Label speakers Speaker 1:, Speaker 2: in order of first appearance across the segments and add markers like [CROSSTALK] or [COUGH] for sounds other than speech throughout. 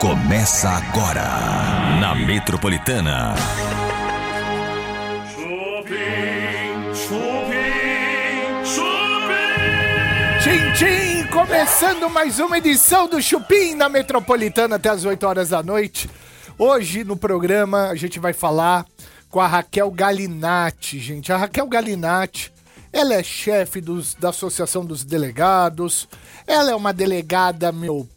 Speaker 1: Começa agora na Metropolitana.
Speaker 2: Chupim, chupim, chupim.
Speaker 3: Tchim, tchim! Começando mais uma edição do Chupim na Metropolitana até as 8 horas da noite. Hoje no programa a gente vai falar com a Raquel Galinatti, gente. A Raquel Galinatti, ela é chefe dos- da Associação dos Delegados, ela é uma delegada, meu,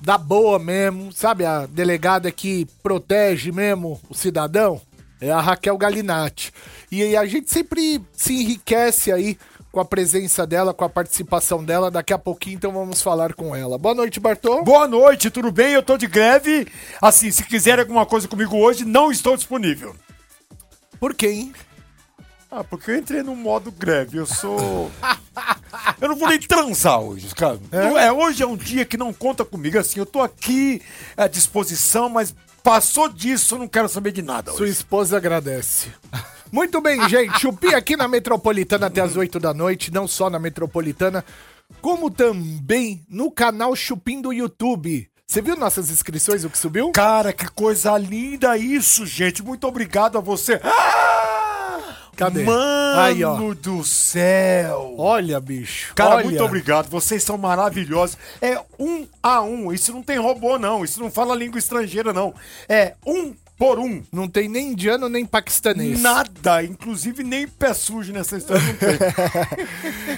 Speaker 3: da boa mesmo, sabe? A delegada que protege mesmo o cidadão é a Raquel Galinatti. E a gente sempre se enriquece aí com a presença dela, com a participação dela. Daqui a pouquinho, então, vamos falar com ela. Boa noite, Bartô.
Speaker 4: Boa noite, tudo bem? Eu tô de greve. Assim, se quiser alguma coisa comigo hoje, não estou disponível.
Speaker 3: Por quê, hein?
Speaker 4: Ah, porque eu entrei no modo greve. Eu sou. [LAUGHS] Eu não vou nem transar hoje, cara. Não É? hoje é um dia que não conta comigo. Assim, eu tô aqui à disposição, mas passou disso, eu não quero saber de nada
Speaker 3: Sua
Speaker 4: hoje.
Speaker 3: esposa agradece. Muito bem, gente. Chupim aqui na Metropolitana até as 8 da noite, não só na Metropolitana, como também no canal Chupim do YouTube. Você viu nossas inscrições, o que subiu?
Speaker 4: Cara, que coisa linda isso, gente. Muito obrigado a você. Ah!
Speaker 3: Cadê?
Speaker 4: Mano
Speaker 3: Aí, ó.
Speaker 4: do céu!
Speaker 3: Olha, bicho.
Speaker 4: Cara,
Speaker 3: olha.
Speaker 4: muito obrigado. Vocês são maravilhosos. É um a um. Isso não tem robô, não. Isso não fala língua estrangeira, não. É um por um.
Speaker 3: Não tem nem indiano, nem paquistanês.
Speaker 4: Nada. Inclusive, nem pé sujo nessa história. Não tem.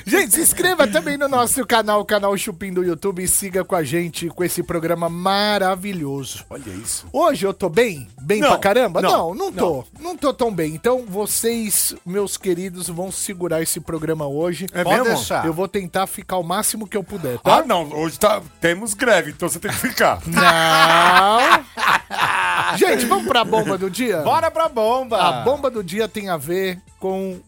Speaker 3: Gente, se inscreva também no nosso canal, o canal Chupim do YouTube, e siga com a gente com esse programa maravilhoso.
Speaker 4: Olha isso.
Speaker 3: Hoje eu tô bem? Bem
Speaker 4: Não,
Speaker 3: pra caramba? Não,
Speaker 4: não,
Speaker 3: não, tô. Não. tô tão bem. Então vocês, meus queridos, vão segurar esse programa hoje.
Speaker 4: É
Speaker 3: Pode
Speaker 4: mesmo?
Speaker 3: deixar. Eu vou tentar ficar o máximo que eu puder,
Speaker 4: Ah,
Speaker 3: tá?
Speaker 4: não. Hoje tá... temos greve, então você tem que ficar.
Speaker 3: Não. [LAUGHS] gente, vamos pra bomba do dia?
Speaker 5: Bora pra bomba!
Speaker 3: A bomba do dia tem a ver com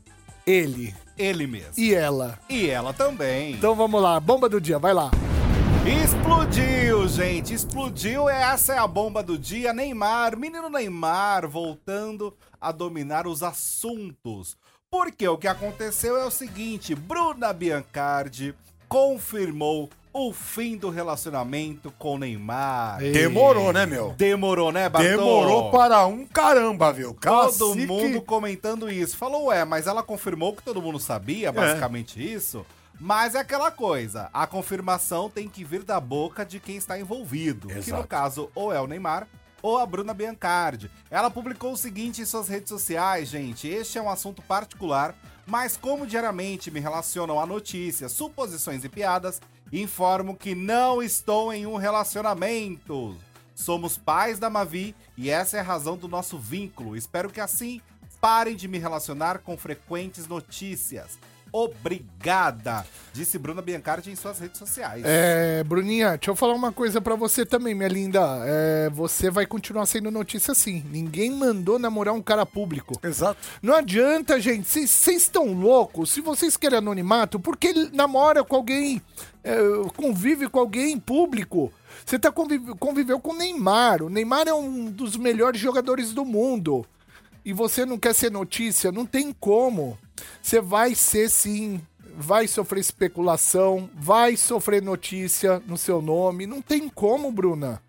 Speaker 3: ele
Speaker 5: Ele mesmo.
Speaker 3: e ela.
Speaker 5: E ela também.
Speaker 3: Então vamos lá, bomba do dia, vai lá.
Speaker 5: Explodiu, gente! Explodiu! Essa é a bomba do dia. Neymar, menino Neymar, voltando a dominar os assuntos. Porque o que aconteceu é o seguinte: Bruna Biancardi confirmou o fim do relacionamento com Neymar.
Speaker 4: Demorou, né, meu?
Speaker 5: Demorou, né, Bartô?
Speaker 4: Demorou para um caramba, viu?
Speaker 5: Todo
Speaker 4: Cacique.
Speaker 5: mundo comentando isso. Falou, ué, mas ela confirmou que todo mundo
Speaker 4: É.
Speaker 5: sabia, basicamente isso. Mas é aquela coisa, a confirmação tem que vir da boca de quem está envolvido. Que no
Speaker 4: Exato.
Speaker 5: caso, ou é o Neymar, ou a Bruna Biancardi. Ela publicou o seguinte em suas redes sociais, gente. Este é um assunto particular, mas como diariamente me relacionam a notícias, suposições e piadas, informo que não estou em um relacionamento. Somos pais da Mavi e essa é a razão do nosso vínculo. Espero que assim parem de me relacionar com frequentes notícias. Obrigada, disse Bruna Biancardi em suas redes sociais.
Speaker 3: É, Bruninha, deixa eu falar uma coisa pra você também, minha linda. É, você vai continuar sendo notícia sim. Ninguém mandou namorar um cara público.
Speaker 4: Exato.
Speaker 3: Não adianta, gente. Vocês- Vocês estão loucos? Se vocês querem anonimato, porque ele namora com alguém, é, convive com alguém em público. Você tá conviv- conviveu com o Neymar. O Neymar é um dos melhores jogadores do mundo. E você não quer ser notícia? Não tem como. Você vai ser sim. Vai sofrer especulação, vai sofrer notícia no seu nome. Não tem como, Bruna.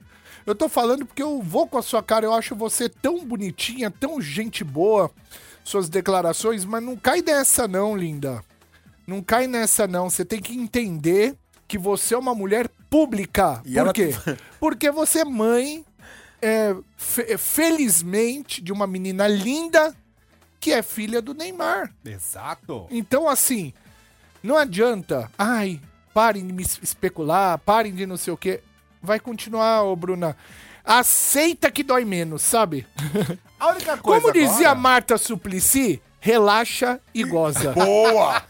Speaker 3: Eu tô falando porque eu vou com a sua cara, eu acho você tão bonitinha, tão gente boa, suas declarações, mas não cai nessa não, linda. Não cai nessa não, você tem que entender que você é uma mulher pública.
Speaker 4: E
Speaker 3: Por
Speaker 4: ela- tá
Speaker 3: quê?
Speaker 4: [LAUGHS]
Speaker 3: Porque você é mãe, é, fe- felizmente, de uma menina linda que é filha do Neymar.
Speaker 5: Exato.
Speaker 3: Então, assim, não adianta. Ai, parem de me es- especular, parem de não sei o quê. Vai continuar, ô Bruna. Aceita que dói menos, sabe?
Speaker 5: A única coisa
Speaker 3: Como dizia
Speaker 5: agora-
Speaker 3: a Marta Suplicy, relaxa e goza.
Speaker 4: Boa!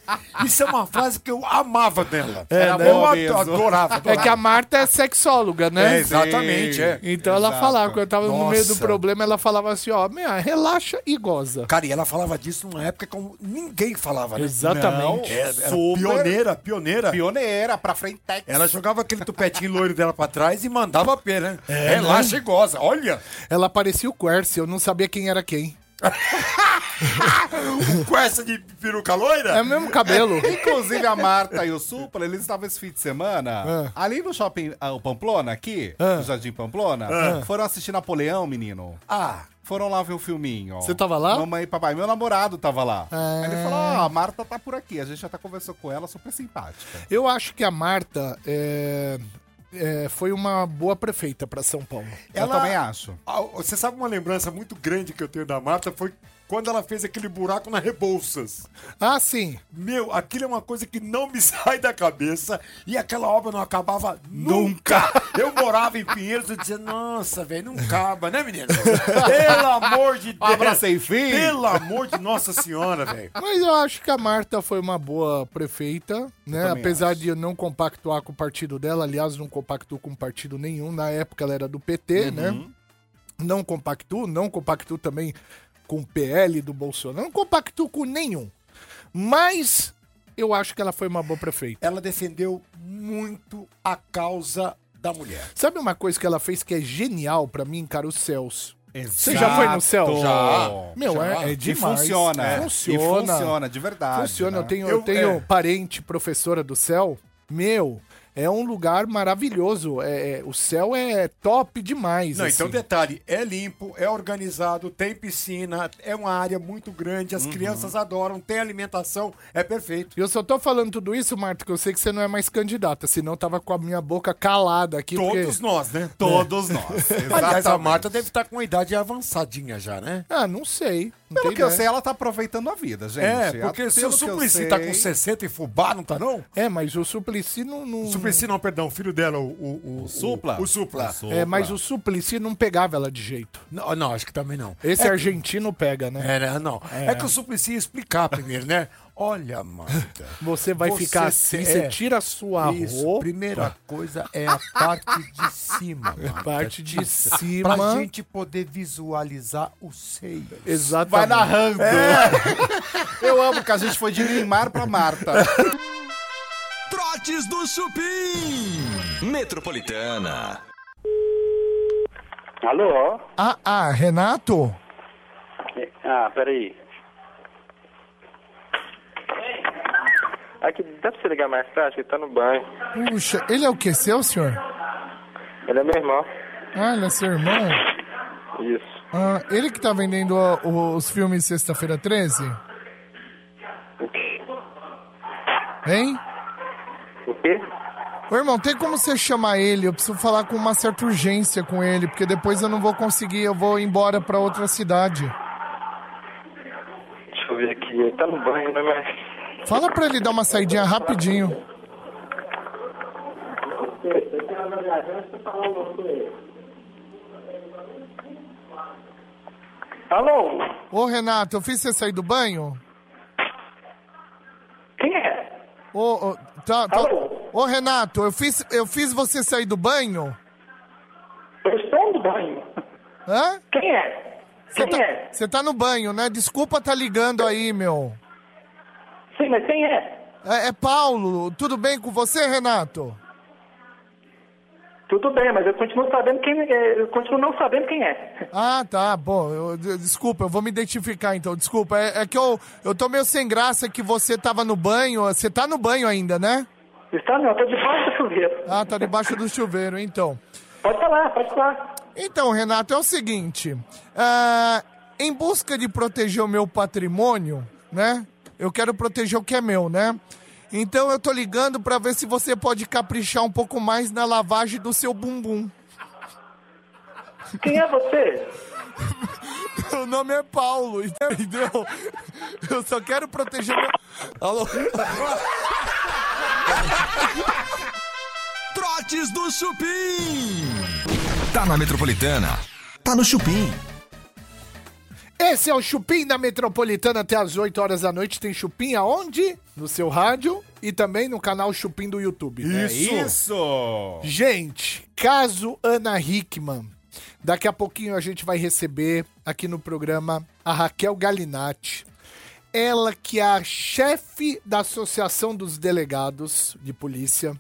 Speaker 4: Isso é uma frase que eu amava dela.
Speaker 5: Era
Speaker 4: eu
Speaker 5: boa
Speaker 4: ad-
Speaker 5: mesmo.
Speaker 3: [LAUGHS]
Speaker 4: adorava.
Speaker 3: É
Speaker 4: adorava.
Speaker 3: que a Marta é sexóloga, né?
Speaker 4: É, exatamente, é.
Speaker 3: Então ela
Speaker 5: Exato.
Speaker 3: falava, quando eu tava no meio do
Speaker 4: Nossa.
Speaker 3: problema, ela falava assim, ó, "Minha, relaxa e goza.
Speaker 4: Cara, e ela falava disso numa época como ninguém falava, né?
Speaker 3: Exatamente.
Speaker 4: É, era
Speaker 5: Super
Speaker 4: pioneira, pioneira.
Speaker 5: Pioneira, pra frente. tá
Speaker 4: Ela jogava aquele tupetinho loiro dela pra trás e mandava a pé, né? Relaxa e goza. Olha,
Speaker 3: Ela parecia o Quercy, eu não sabia quem era quem.
Speaker 4: Com essa de peruca loira?
Speaker 3: É o mesmo
Speaker 5: [LAUGHS]
Speaker 3: cabelo.
Speaker 5: Inclusive a Marta e o Supla, eles estavam esse fim de semana ali no shopping ah, o Pamplona, aqui, no Jardim Pamplona, foram assistir Napoleão, menino.
Speaker 4: Ah,
Speaker 5: Foram lá ver o filminho.
Speaker 3: Você tava lá? É.
Speaker 5: Mamãe e papai. Meu namorado tava lá. Aí ele falou: Ó, a Marta tá por aqui. A gente já tá conversou com ela, super simpática.
Speaker 3: Eu acho que a Marta é, é, foi uma boa prefeita pra São Paulo.
Speaker 5: Eu também acho.
Speaker 4: Ah, Você sabe uma lembrança muito grande que eu tenho da Marta? Foi quando ela fez aquele buraco na Rebouças.
Speaker 3: Ah, sim.
Speaker 4: Meu, aquilo é uma coisa que não me [LAUGHS] sai da cabeça e aquela obra não acabava nunca. Eu morava em Pinheiros e dizia, nossa, velho, não acaba, né, [LAUGHS] menino? Pelo amor de
Speaker 3: É.
Speaker 4: Deus.
Speaker 5: Obra sem fim.
Speaker 4: Pelo amor de Nossa Senhora, velho.
Speaker 3: Mas eu acho que a Marta foi uma boa prefeita, né?
Speaker 5: também
Speaker 3: Apesar de eu não compactuar com o partido dela, aliás, não compactuou com partido nenhum. Na época ela era do PT, né? Não compactuo, não compactuo também com o PL do Bolsonaro, não compactuo com nenhum. Mas eu acho que ela foi uma boa prefeita.
Speaker 4: Ela defendeu muito a causa da mulher.
Speaker 3: Sabe uma coisa que ela fez que é genial pra mim, cara? Os céus. Você já foi no céu?
Speaker 5: Já.
Speaker 3: Meu, é, é
Speaker 5: E
Speaker 3: demais.
Speaker 5: funciona. é.
Speaker 3: Funciona.
Speaker 5: E funciona, de verdade.
Speaker 3: Funciona,
Speaker 5: né?
Speaker 3: eu tenho,
Speaker 4: Eu-
Speaker 3: eu tenho
Speaker 4: é.
Speaker 3: parente professora do céu. Meu, é um lugar maravilhoso. É, é- o céu é top demais.
Speaker 4: Não,
Speaker 3: assim.
Speaker 4: então detalhe, é limpo, é organizado, tem piscina, é uma área muito grande, as crianças adoram, tem alimentação, é perfeito.
Speaker 3: Eu só tô falando tudo isso, Marta, que eu sei que você não é mais candidata, senão eu tava com a minha boca calada aqui. porque-
Speaker 4: Todos nós, né?
Speaker 3: É. [LAUGHS]
Speaker 5: Todos nós.
Speaker 4: Aliás, a
Speaker 5: exatamente.
Speaker 4: Marta deve estar com uma idade avançadinha já, né?
Speaker 3: Ah, não sei. Não
Speaker 5: Pelo
Speaker 3: tem
Speaker 5: que eu
Speaker 3: ideia.
Speaker 5: sei, ela tá aproveitando a vida, gente.
Speaker 4: É, porque
Speaker 5: Pelo
Speaker 4: se o
Speaker 5: que eu
Speaker 4: Suplicy
Speaker 5: sei-
Speaker 4: tá com 60 e fubá, não tá não?
Speaker 3: É, mas o Suplicy não. não-
Speaker 5: Hum.
Speaker 4: O Suplicy não, perdão, o filho dela, o... O, o
Speaker 5: Supla?
Speaker 4: O, Supla.
Speaker 3: É, mas o Suplicy não pegava ela de jeito.
Speaker 4: Não, não, acho que também não.
Speaker 3: Esse
Speaker 4: é,
Speaker 3: argentino pega, né?
Speaker 4: é, né, não. É. que o Suplicy ia explicar primeiro, né? Olha,
Speaker 5: [LAUGHS]
Speaker 4: Marta...
Speaker 3: Você vai
Speaker 4: Você
Speaker 3: ficar assim,
Speaker 4: se- é.
Speaker 3: você tira a sua
Speaker 4: Isso,
Speaker 3: roupa.
Speaker 4: primeira coisa é a parte de
Speaker 5: [LAUGHS]
Speaker 4: cima, Marta.
Speaker 3: Parte de cima.
Speaker 4: Pra gente poder visualizar o seio.
Speaker 5: Vai
Speaker 3: Exatamente.
Speaker 5: narrando. É.
Speaker 3: [LAUGHS]
Speaker 5: Eu amo que a gente foi de Neymar pra Marta.
Speaker 1: Trotes do Chupim. Metropolitana.
Speaker 6: Alô?
Speaker 3: Ah, ah, Renato?
Speaker 6: É, Ah, peraí. Aqui, dá pra você ligar mais tarde? Ele tá no banho.
Speaker 3: Puxa, ele é o que seu, senhor?
Speaker 6: Ele é meu irmão.
Speaker 3: Ah, ele é seu irmão?
Speaker 6: Isso.
Speaker 3: Ah, ele que tá vendendo ó, os filmes Sexta-feira 13? Hein?
Speaker 6: O quê?
Speaker 3: Ô, irmão, tem como você chamar ele? Eu preciso falar com uma certa urgência com ele, porque depois eu não vou conseguir, eu vou embora pra outra cidade.
Speaker 6: Deixa eu ver aqui. Ele tá no banho, né, mas...
Speaker 3: Fala pra ele dar uma saidinha rapidinho.
Speaker 6: Alô?
Speaker 3: Ô, Renato, eu fiz você sair do banho?
Speaker 6: Quem é?
Speaker 3: Ô, ô, tá, tá...
Speaker 6: Alô?
Speaker 3: Ô, Renato, eu fiz, eu fiz você sair do banho?
Speaker 6: Eu estou no banho.
Speaker 3: Hã?
Speaker 6: Quem é?
Speaker 3: Você
Speaker 6: Quem
Speaker 3: tá,
Speaker 6: é?
Speaker 3: você tá no banho, né? Desculpa tá ligando aí, meu.
Speaker 6: Sim, mas quem é?
Speaker 3: É, é Paulo, tudo bem com você, Renato?
Speaker 6: Tudo bem, mas eu continuo sabendo quem é. Eu continuo não sabendo quem é.
Speaker 3: Ah, tá, bom, eu- de- desculpa, eu vou me identificar então, desculpa. É, é que eu, eu tô meio sem graça que você tava no banho, você tá no banho ainda, né?
Speaker 6: Está não, eu tô debaixo do chuveiro.
Speaker 3: Ah, tá debaixo do chuveiro, então.
Speaker 6: Pode falar, pode falar.
Speaker 3: Então, Renato, é o seguinte, ah, em busca de proteger o meu patrimônio, né? Eu quero proteger o que é meu, né? Então eu tô ligando pra ver se você pode caprichar um pouco mais na lavagem do seu bumbum. [LAUGHS]
Speaker 6: Quem é você?
Speaker 3: Meu nome é Paulo, [LAUGHS] entendeu? Eu só quero proteger meu. Alô?
Speaker 1: Trotes do Chupim. Tá na Metropolitana. Tá no Chupim.
Speaker 3: Esse é o Chupim da Metropolitana até às 8 horas da noite. Tem Chupim aonde? No seu rádio e também no canal Chupim do YouTube.
Speaker 5: Isso. Isso.
Speaker 3: Gente, caso Ana Hickman. Daqui a pouquinho a gente vai receber aqui no programa a Raquel Galinatti. Ela que é a chefe da Associação dos Delegados de Polícia.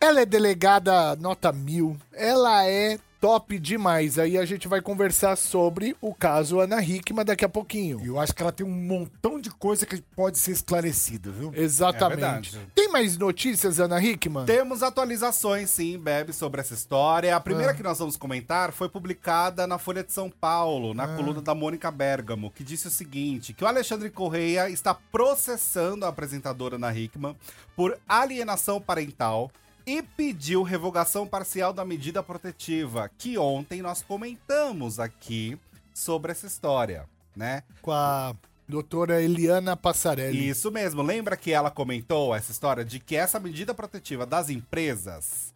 Speaker 3: Ela é delegada nota mil. Ela é top demais. Aí a gente vai conversar sobre o caso Ana Hickman daqui a pouquinho.
Speaker 4: Eu acho que ela tem um montão de coisa que pode ser esclarecida, viu?
Speaker 3: Exatamente.
Speaker 5: verdade.
Speaker 3: Tem mais notícias, Ana Hickman?
Speaker 5: Temos atualizações, sim, Bebe, sobre essa história. A primeira que nós vamos comentar foi publicada na Folha de São Paulo, na coluna da Mônica Bergamo, que disse o seguinte: que o Alexandre Correia está processando a apresentadora Ana Hickman por alienação parental e pediu revogação parcial da medida protetiva, que ontem nós comentamos aqui sobre essa história, né?
Speaker 3: Com a doutora Eliana Passarelli.
Speaker 5: Isso mesmo. Lembra que ela comentou essa história de que essa medida protetiva das empresas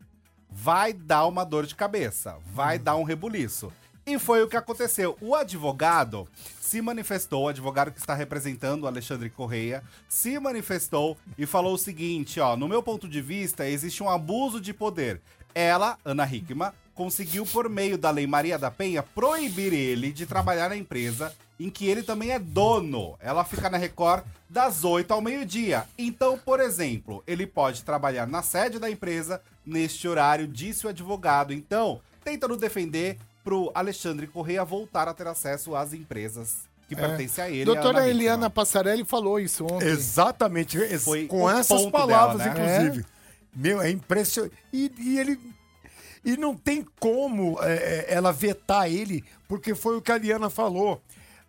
Speaker 5: vai dar uma dor de cabeça, vai dar um rebuliço. E foi o que aconteceu. O advogado se manifestou, o advogado que está representando o Alexandre Correia, se manifestou e falou o seguinte, ó, no meu ponto de vista, existe um abuso de poder. Ela, Ana Hickman, conseguiu por meio da Lei Maria da Penha proibir ele de trabalhar na empresa em que ele também é dono. Ela fica na Record das 8 ao meio-dia. Então, por exemplo, ele pode trabalhar na sede da empresa neste horário, disse o advogado. Então, tentando defender pro Alexandre Correia voltar a ter acesso às empresas que pertencem a ele. a
Speaker 3: É. doutora
Speaker 5: Ana
Speaker 3: Eliana
Speaker 5: Hickman.
Speaker 3: Passarelli falou isso ontem.
Speaker 4: Exatamente. ex-
Speaker 5: Foi
Speaker 4: com
Speaker 5: o
Speaker 4: essas
Speaker 5: ponto
Speaker 4: palavras,
Speaker 5: dela,
Speaker 3: né?
Speaker 4: inclusive. Meu, é impressionante. E, e ele. E não tem como é, é, ela vetar ele, porque foi o que a Eliana falou.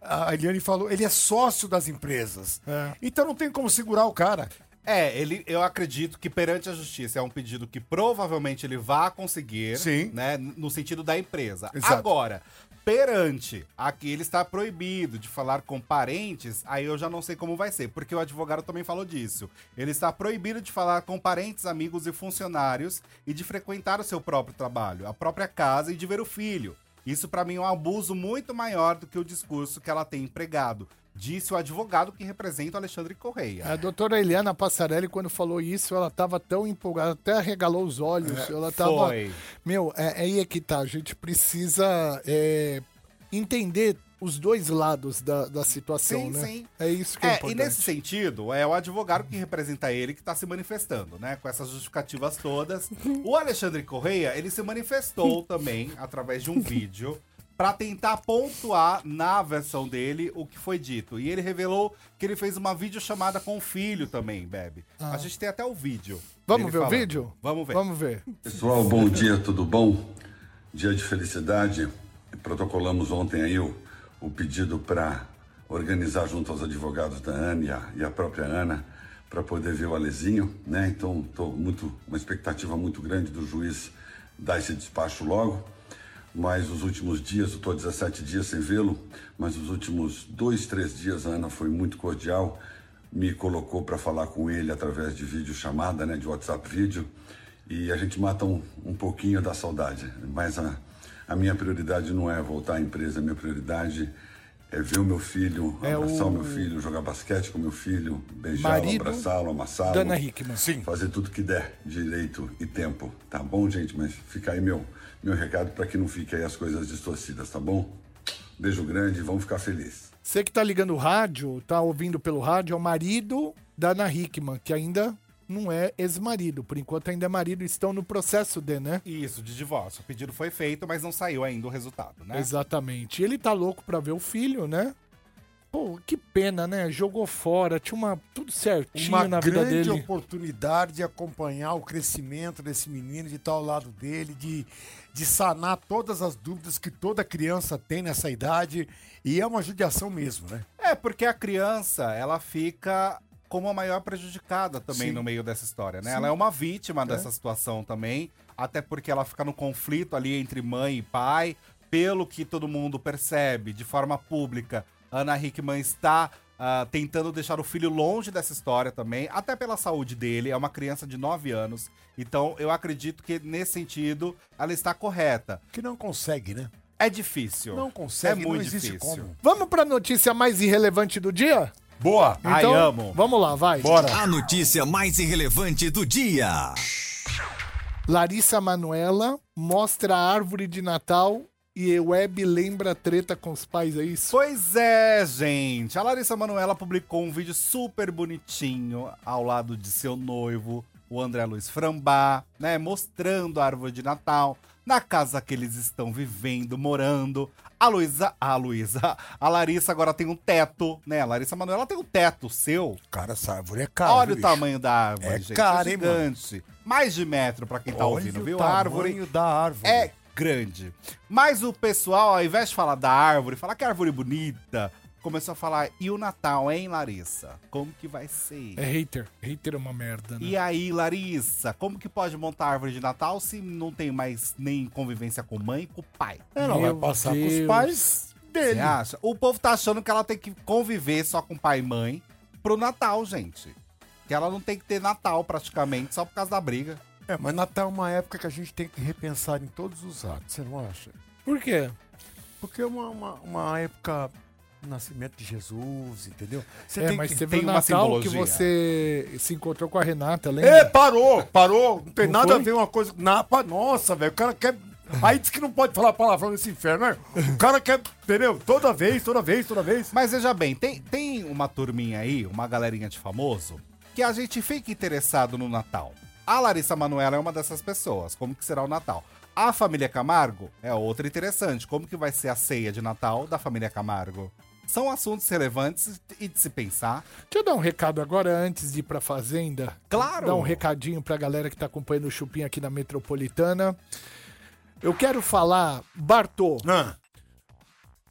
Speaker 4: A Eliane falou, ele é sócio das empresas.
Speaker 3: É.
Speaker 4: Então não tem como segurar o cara.
Speaker 5: É, ele, eu acredito que perante a justiça é um pedido que provavelmente ele vai conseguir,
Speaker 4: Sim.
Speaker 5: né, no sentido da empresa.
Speaker 4: Exato.
Speaker 5: Agora, perante a que ele está proibido de falar com parentes, aí eu já não sei como vai ser, porque o advogado também falou disso. Ele está proibido de falar com parentes, amigos e funcionários e de frequentar o seu próprio trabalho, a própria casa e de ver o filho. Isso pra mim é um abuso muito maior do que o discurso que ela tem empregado, disse o advogado que representa o Alexandre Correia.
Speaker 3: A doutora Eliana Passarelli, quando falou isso, ela tava tão empolgada, até arregalou os olhos. ela
Speaker 4: Tá
Speaker 3: tava.
Speaker 5: foi.
Speaker 3: Meu, é, é aí é que tá. A gente precisa é, entender os dois lados da, da situação,
Speaker 5: Sim,
Speaker 3: né?
Speaker 5: sim.
Speaker 3: É isso que é,
Speaker 5: É, e
Speaker 3: importante.
Speaker 5: nesse sentido, é o advogado que representa ele que tá se manifestando, né? Com essas justificativas todas. O Alexandre Correia, ele se
Speaker 3: [LAUGHS]
Speaker 5: manifestou também através de um vídeo pra tentar pontuar na versão dele o que foi dito. E ele revelou que ele fez uma videochamada com o filho também, Bebe. A gente tem até o vídeo.
Speaker 3: Ah. Vamos
Speaker 5: dele
Speaker 3: ver o
Speaker 5: falando.
Speaker 3: vídeo?
Speaker 5: Vamos ver.
Speaker 3: Vamos ver.
Speaker 7: Pessoal, bom dia, tudo bom? Dia de felicidade. Protocolamos ontem aí o, o pedido para organizar junto aos advogados da Ana e a, e a própria Ana para poder ver o Alezinho, né? Então, estou muito uma expectativa muito grande do juiz dar esse despacho logo. Mas os últimos dias, eu estou 17 dias sem vê-lo, mas os últimos dois, três dias a Ana foi muito cordial, me colocou para falar com ele através de vídeo chamada, né, de WhatsApp vídeo, e a gente mata um, um pouquinho da saudade. Mas a, a minha prioridade não é voltar à empresa, a minha prioridade é ver o meu filho, abraçar o... meu filho, jogar basquete com meu filho, beijá-lo,
Speaker 3: Marido
Speaker 7: abraçá-lo, amassá-lo.
Speaker 3: Dana Hickman.
Speaker 4: Sim.
Speaker 7: Fazer tudo que der, direito e tempo, tá bom, gente? Mas fica aí meu, meu recado para que não fique aí as coisas distorcidas, tá bom? Beijo grande, vamos ficar felizes.
Speaker 3: Você que tá ligando o rádio, tá ouvindo pelo rádio, é o marido da Ana Hickman, que ainda não é ex-marido. Por enquanto ainda é marido, estão no processo de, né?
Speaker 5: Isso, de divórcio. O pedido foi feito, mas não saiu ainda o resultado, né?
Speaker 3: Exatamente. Ele tá louco pra ver o filho, né? Pô, que pena, né? Jogou fora, tinha uma tudo certinho
Speaker 4: Uma
Speaker 3: na vida
Speaker 4: grande
Speaker 3: dele.
Speaker 4: oportunidade de acompanhar o crescimento desse menino, de estar ao lado dele, de, de sanar todas as dúvidas que toda criança tem nessa idade. E é uma judiação mesmo, né?
Speaker 5: É, porque a criança, ela fica como a maior prejudicada também no meio dessa história, né? Ela é uma vítima dessa situação também, até porque ela fica no conflito ali entre mãe e pai, pelo que todo mundo percebe de forma pública. Ana Hickman está ah, tentando deixar o filho longe dessa história também, até pela saúde dele, é uma criança de 9 anos. Então, eu acredito que nesse sentido ela está correta.
Speaker 4: Que não consegue, né?
Speaker 5: É difícil.
Speaker 4: Não consegue,
Speaker 5: é muito
Speaker 4: não existe
Speaker 5: difícil.
Speaker 4: como.
Speaker 3: Vamos pra notícia mais irrelevante do dia? Então,
Speaker 4: Boa!
Speaker 5: Ai, amo.
Speaker 3: Vamos lá, vai.
Speaker 4: Bora!
Speaker 1: A notícia mais irrelevante do dia.
Speaker 3: Larissa Manuela mostra a árvore de Natal e Web lembra a treta com os pais, é isso?
Speaker 5: Pois é, gente. A Larissa Manoela publicou um vídeo super bonitinho ao lado de seu noivo, o André Luiz Frambá, né? Mostrando a árvore de Natal, na casa que eles estão vivendo, morando. A Luísa, a Luísa, a Larissa agora tem um teto, né? A Larissa Manoela tem um teto seu.
Speaker 4: Cara, essa árvore é cara.
Speaker 5: Olha o
Speaker 4: bicho.
Speaker 5: tamanho da árvore,
Speaker 4: É
Speaker 5: gente.
Speaker 4: cara,
Speaker 5: é
Speaker 4: hein, mano?
Speaker 5: gigante. Mais de metro pra quem tá
Speaker 4: Olha
Speaker 5: ouvindo,
Speaker 4: o
Speaker 5: viu? A árvore
Speaker 4: tamanho da árvore.
Speaker 5: é grande. Mas o pessoal, ao invés de falar da árvore, falar que árvore bonita, começou a falar, e o Natal, hein, Larissa? Como que vai ser?
Speaker 4: né?
Speaker 3: É hater. Hater é uma merda, né?
Speaker 5: E aí, Larissa, como que pode montar árvore de Natal se não tem mais nem convivência com mãe e com pai?
Speaker 4: Ela
Speaker 3: Meu
Speaker 4: É, vai passar com
Speaker 3: Deus.
Speaker 4: os pais
Speaker 5: Você
Speaker 4: dele.
Speaker 5: acha? O povo tá achando que ela tem que conviver só com pai e mãe pro Natal, gente. Que ela não tem que ter Natal praticamente só por causa da briga.
Speaker 4: É, mas Natal é uma época que a gente tem que repensar em todos os atos, você não acha?
Speaker 3: Por quê?
Speaker 4: Porque é uma, uma, uma época do nascimento de Jesus, entendeu? Você
Speaker 3: É,
Speaker 4: tem
Speaker 3: mas
Speaker 4: que...
Speaker 3: teve
Speaker 5: tem
Speaker 3: um
Speaker 5: uma
Speaker 3: Natal que
Speaker 5: simbologia.
Speaker 3: você se encontrou com a Renata, lembra?
Speaker 4: É, parou, parou. Não tem
Speaker 3: Não
Speaker 4: nada
Speaker 3: foi?
Speaker 4: a ver uma coisa... Na, pa- nossa, velho, o cara quer... Aí diz que não pode falar palavrão nesse inferno, né? O cara quer, entendeu? Toda vez, toda vez, toda vez.
Speaker 5: Mas veja bem, tem, tem uma turminha aí, uma galerinha de famoso, que a gente fica interessado no Natal. A Larissa Manoela é uma dessas pessoas. Como que será o Natal? A família Camargo é outra interessante. Como que vai ser a ceia de Natal da família Camargo? São assuntos relevantes e de se pensar.
Speaker 3: Deixa eu dar um recado agora antes de ir pra fazenda.
Speaker 5: Claro.
Speaker 3: Dar um recadinho pra galera que tá acompanhando o Chupim aqui na Metropolitana. Eu quero falar, Bartô,
Speaker 4: Ah,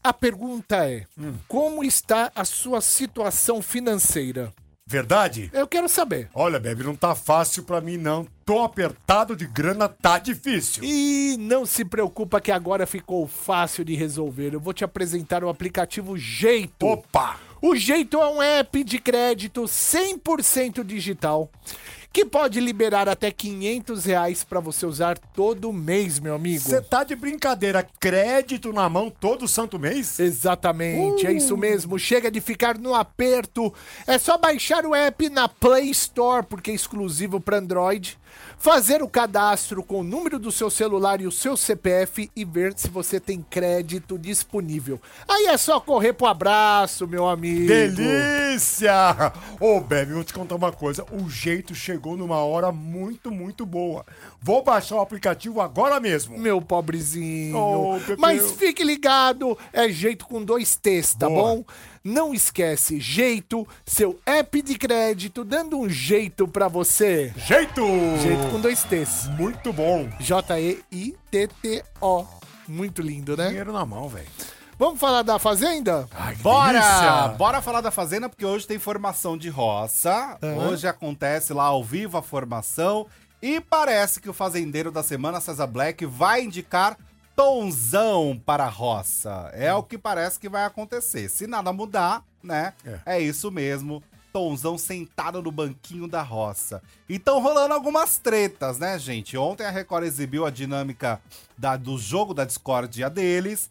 Speaker 3: a pergunta é: como está a sua situação financeira?
Speaker 4: verdade?
Speaker 3: Eu quero saber.
Speaker 4: Olha, Bebe, não tá fácil pra mim, não. Tô apertado de grana, tá difícil.
Speaker 3: E não se preocupa que agora ficou fácil de resolver. Eu vou te apresentar o aplicativo Jeito.
Speaker 4: Opa!
Speaker 3: O Jeito é um app de crédito 100% digital que pode liberar até 500 reais para você usar todo mês, meu amigo.
Speaker 4: Você tá de brincadeira, crédito na mão todo santo mês?
Speaker 3: Exatamente, é isso mesmo. Chega de ficar no aperto. É só baixar o app na Play Store, porque é exclusivo para Android. Fazer o cadastro com o número do seu celular e o seu CPF e ver se você tem crédito disponível. Aí é só correr pro abraço, meu amigo.
Speaker 4: Delícia! Ô, Bebe, vou te contar uma coisa. O jeito chegou numa hora muito, muito boa. Vou baixar o aplicativo agora mesmo.
Speaker 3: Meu pobrezinho.
Speaker 4: Oh, Pepeu.
Speaker 3: Mas fique ligado, é jeito com dois T's, tá
Speaker 4: Boa.
Speaker 3: bom? Não esquece, jeito, seu app de crédito, dando um jeito pra você.
Speaker 4: Jeito!
Speaker 3: Jeito com dois T's.
Speaker 4: Muito bom.
Speaker 3: J-E-I-T-T-O. Muito lindo, né?
Speaker 4: Dinheiro na mão, velho.
Speaker 3: Vamos falar da Fazenda?
Speaker 5: Bora!
Speaker 4: delícia!
Speaker 5: Bora falar da Fazenda, porque hoje tem formação de roça. Hoje acontece lá ao vivo a formação. E parece que o fazendeiro da semana, César Black, vai indicar Tonzão para a roça. É o que parece que vai acontecer. Se nada mudar, né? É, isso mesmo. Tonzão sentado no banquinho da roça. E tão rolando algumas tretas, né, gente? Ontem a Record exibiu a dinâmica da- do jogo da discórdia deles.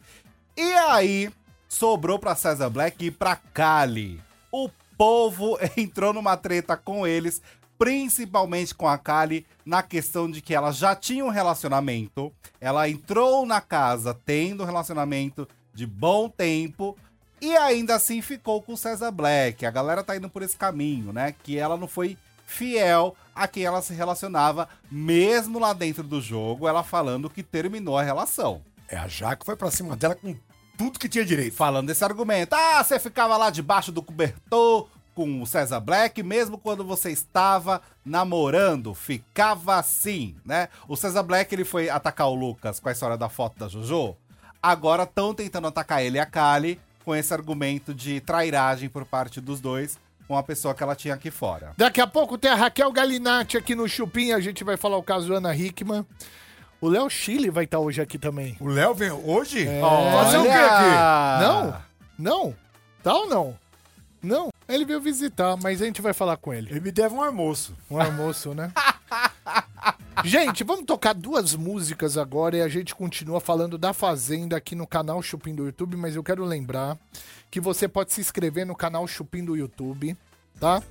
Speaker 5: E aí, sobrou pra César Black e pra Kali. O povo [LAUGHS] entrou numa treta com eles, principalmente com a Kali, na questão de que ela já tinha um relacionamento. Ela entrou na casa tendo um relacionamento de bom tempo. E ainda assim ficou com o César Black. A galera tá indo por esse caminho, né? Que ela não foi fiel a quem ela se relacionava, mesmo lá dentro do jogo, ela falando que terminou a relação
Speaker 4: É, a Jaque foi pra cima dela com tudo que tinha direito.
Speaker 5: falando esse argumento. Ah, você ficava lá debaixo do cobertor com o César Black, mesmo quando você estava namorando. Ficava assim, né? O César Black, ele foi atacar o Lucas com a história da foto da Jojo. Agora estão tentando atacar ele e a Kali com esse argumento de trairagem por parte dos dois com a pessoa que ela tinha aqui fora.
Speaker 3: Daqui a pouco tem a Raquel Galinatti aqui no Chupim. A gente vai falar o caso Ana Hickman. O Léo Chile vai estar hoje aqui também.
Speaker 4: O Léo vem hoje?
Speaker 3: É.
Speaker 5: Fazer
Speaker 4: o quê aqui?
Speaker 3: Não? Não? Tá ou não? Não. Ele veio visitar, mas a gente vai falar com ele.
Speaker 4: Ele me deve um almoço.
Speaker 3: Um almoço, né? [LAUGHS] gente, vamos tocar duas músicas agora e a gente continua falando da Fazenda aqui no canal Chupim do YouTube, mas eu quero lembrar que você pode se inscrever no canal Chupim do YouTube, tá?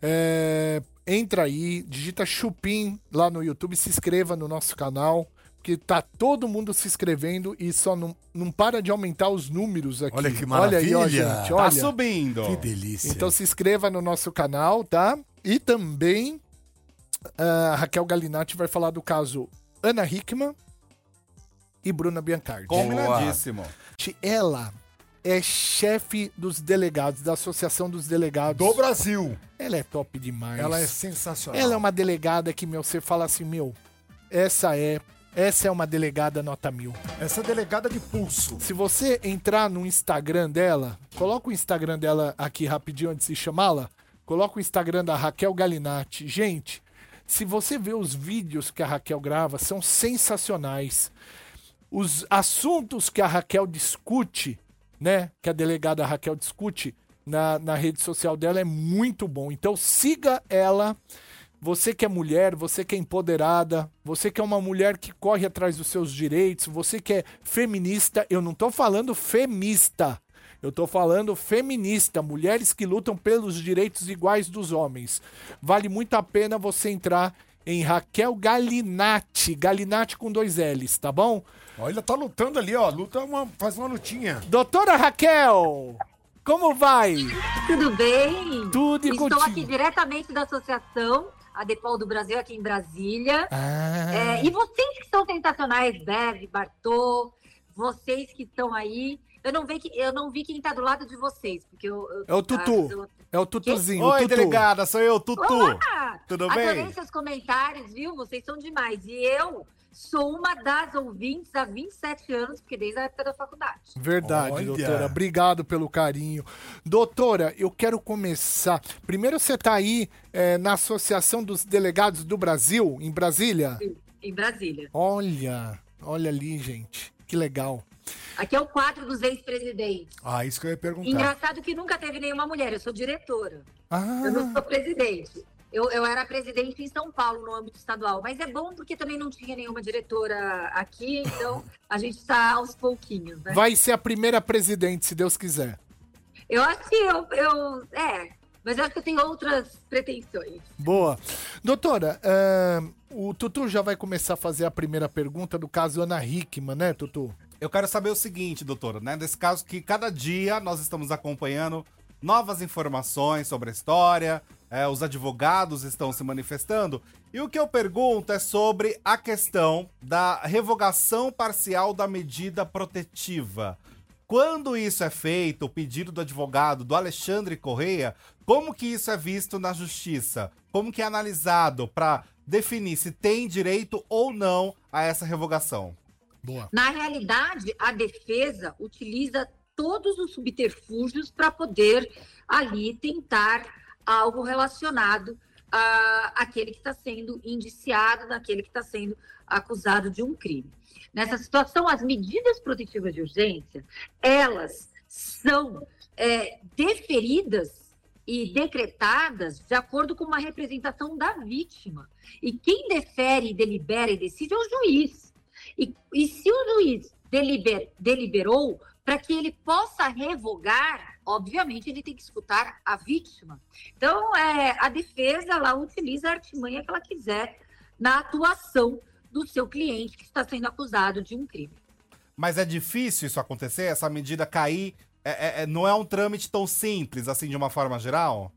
Speaker 3: É, entra aí, digita Chupim lá no YouTube, se inscreva no nosso canal, porque tá todo mundo se inscrevendo e só não, não para de aumentar os números aqui.
Speaker 4: Olha que
Speaker 3: Olha aí, ó,
Speaker 4: maravilha.
Speaker 3: gente,
Speaker 5: Tá
Speaker 3: olha.
Speaker 5: subindo.
Speaker 4: Que delícia.
Speaker 3: Então se inscreva no nosso canal, tá? E também ah, Raquel Galinatti vai falar do caso Ana Hickman e Bruna Biancardi.
Speaker 5: Combinadíssimo.
Speaker 3: Gente, Ela é chefe dos delegados, da Associação dos Delegados.
Speaker 8: Do Brasil.
Speaker 3: Ela é top demais.
Speaker 8: Ela é sensacional.
Speaker 3: Ela é uma delegada que, meu, você fala assim, meu, essa é. Essa é uma delegada nota mil.
Speaker 8: Essa delegada de pulso.
Speaker 3: Se você entrar no Instagram dela, coloca o Instagram dela aqui rapidinho antes de chamá-la. Coloca o Instagram da Raquel Galinatti. Gente, se você vê os vídeos que a Raquel grava, são sensacionais. Os assuntos que a Raquel discute, né? Que a delegada Raquel discute na, na rede social dela é muito bom. Então siga ela. Você que é mulher, você que é empoderada, você que é uma mulher que corre atrás dos seus direitos, você que é feminista, eu não tô falando femista. Eu tô falando feminista, mulheres que lutam pelos direitos iguais dos homens. Vale muito a pena você entrar em Raquel Galinatti, Galinatti com dois L's, tá bom?
Speaker 8: Olha, tá lutando ali, ó. Luta uma, faz uma lutinha.
Speaker 3: Doutora Raquel, como vai?
Speaker 9: Tudo bem?
Speaker 3: Tudo e
Speaker 9: Estou
Speaker 3: contigo.
Speaker 9: aqui diretamente da associação Adepol do Brasil, aqui em Brasília.
Speaker 3: Ah,
Speaker 9: É, e vocês que são sensacionais, Bev, Bartô, vocês que estão aí. Eu não vi, que- eu não vi quem tá do lado de vocês, porque eu... eu-
Speaker 3: É o Tutu.
Speaker 9: Ah, eu-
Speaker 3: é o Tutuzinho, o
Speaker 5: Oi,
Speaker 3: Tutu.
Speaker 5: delegada, sou eu, Tutu.
Speaker 9: Olá!
Speaker 5: Tudo
Speaker 9: Ah, Adorei
Speaker 5: bem?
Speaker 9: seus comentários, viu? Vocês são demais. E eu sou uma das ouvintes há 27 anos, porque desde a época da faculdade.
Speaker 3: Verdade,
Speaker 8: Olha.
Speaker 3: doutora. Obrigado pelo carinho. Doutora, eu quero começar. Primeiro, você tá aí é, na Associação dos Delegados do Brasil, em Brasília?
Speaker 9: Em Brasília.
Speaker 3: Olha, olha ali, gente. Que legal.
Speaker 9: Aqui é o quadro dos
Speaker 3: Tá.
Speaker 9: ex-presidentes.
Speaker 8: Ah, isso que eu ia perguntar.
Speaker 9: Engraçado que nunca teve nenhuma mulher, eu sou diretora. Eu não
Speaker 3: Ah,
Speaker 9: sou presidente. Eu, eu era presidente em São Paulo, no âmbito estadual. Mas é bom porque também não tinha nenhuma diretora aqui, então a gente está aos pouquinhos, né?
Speaker 3: vai ser a primeira presidente, se Deus quiser.
Speaker 9: Eu acho que eu, eu. É, mas eu acho que eu tenho outras pretensões.
Speaker 3: Boa. Doutora, ahn, o Tutu já vai começar a fazer a primeira pergunta do caso Ana Hickman, né, Tutu?
Speaker 5: Eu quero saber o seguinte, doutora, né? Desse caso que cada dia nós estamos acompanhando novas informações sobre a história, é, os advogados estão se manifestando. E o que eu pergunto é sobre a questão da revogação parcial da medida protetiva. Quando isso é feito, o pedido do advogado do Alexandre Correia, como que isso é visto na justiça? Como que é analisado para definir se tem direito ou não a essa revogação?
Speaker 3: Boa.
Speaker 9: Na realidade, a defesa utiliza todos os subterfúgios para poder ali tentar algo relacionado a- àquele que está sendo indiciado, daquele que está sendo acusado de um crime. Nessa situação, as medidas protetivas de urgência, elas são é, deferidas e decretadas de acordo com uma representação da vítima. E quem defere, delibera e decide é o juiz. E, e se o juiz deliber- deliberou, para que ele possa revogar, obviamente ele tem que escutar a vítima. Então, é, a defesa ela utiliza a artimanha que ela quiser na atuação do seu cliente que está sendo acusado de um crime.
Speaker 5: Mas é difícil isso acontecer? Essa medida cair? É- é- é- não é um trâmite tão simples, assim, de uma forma geral?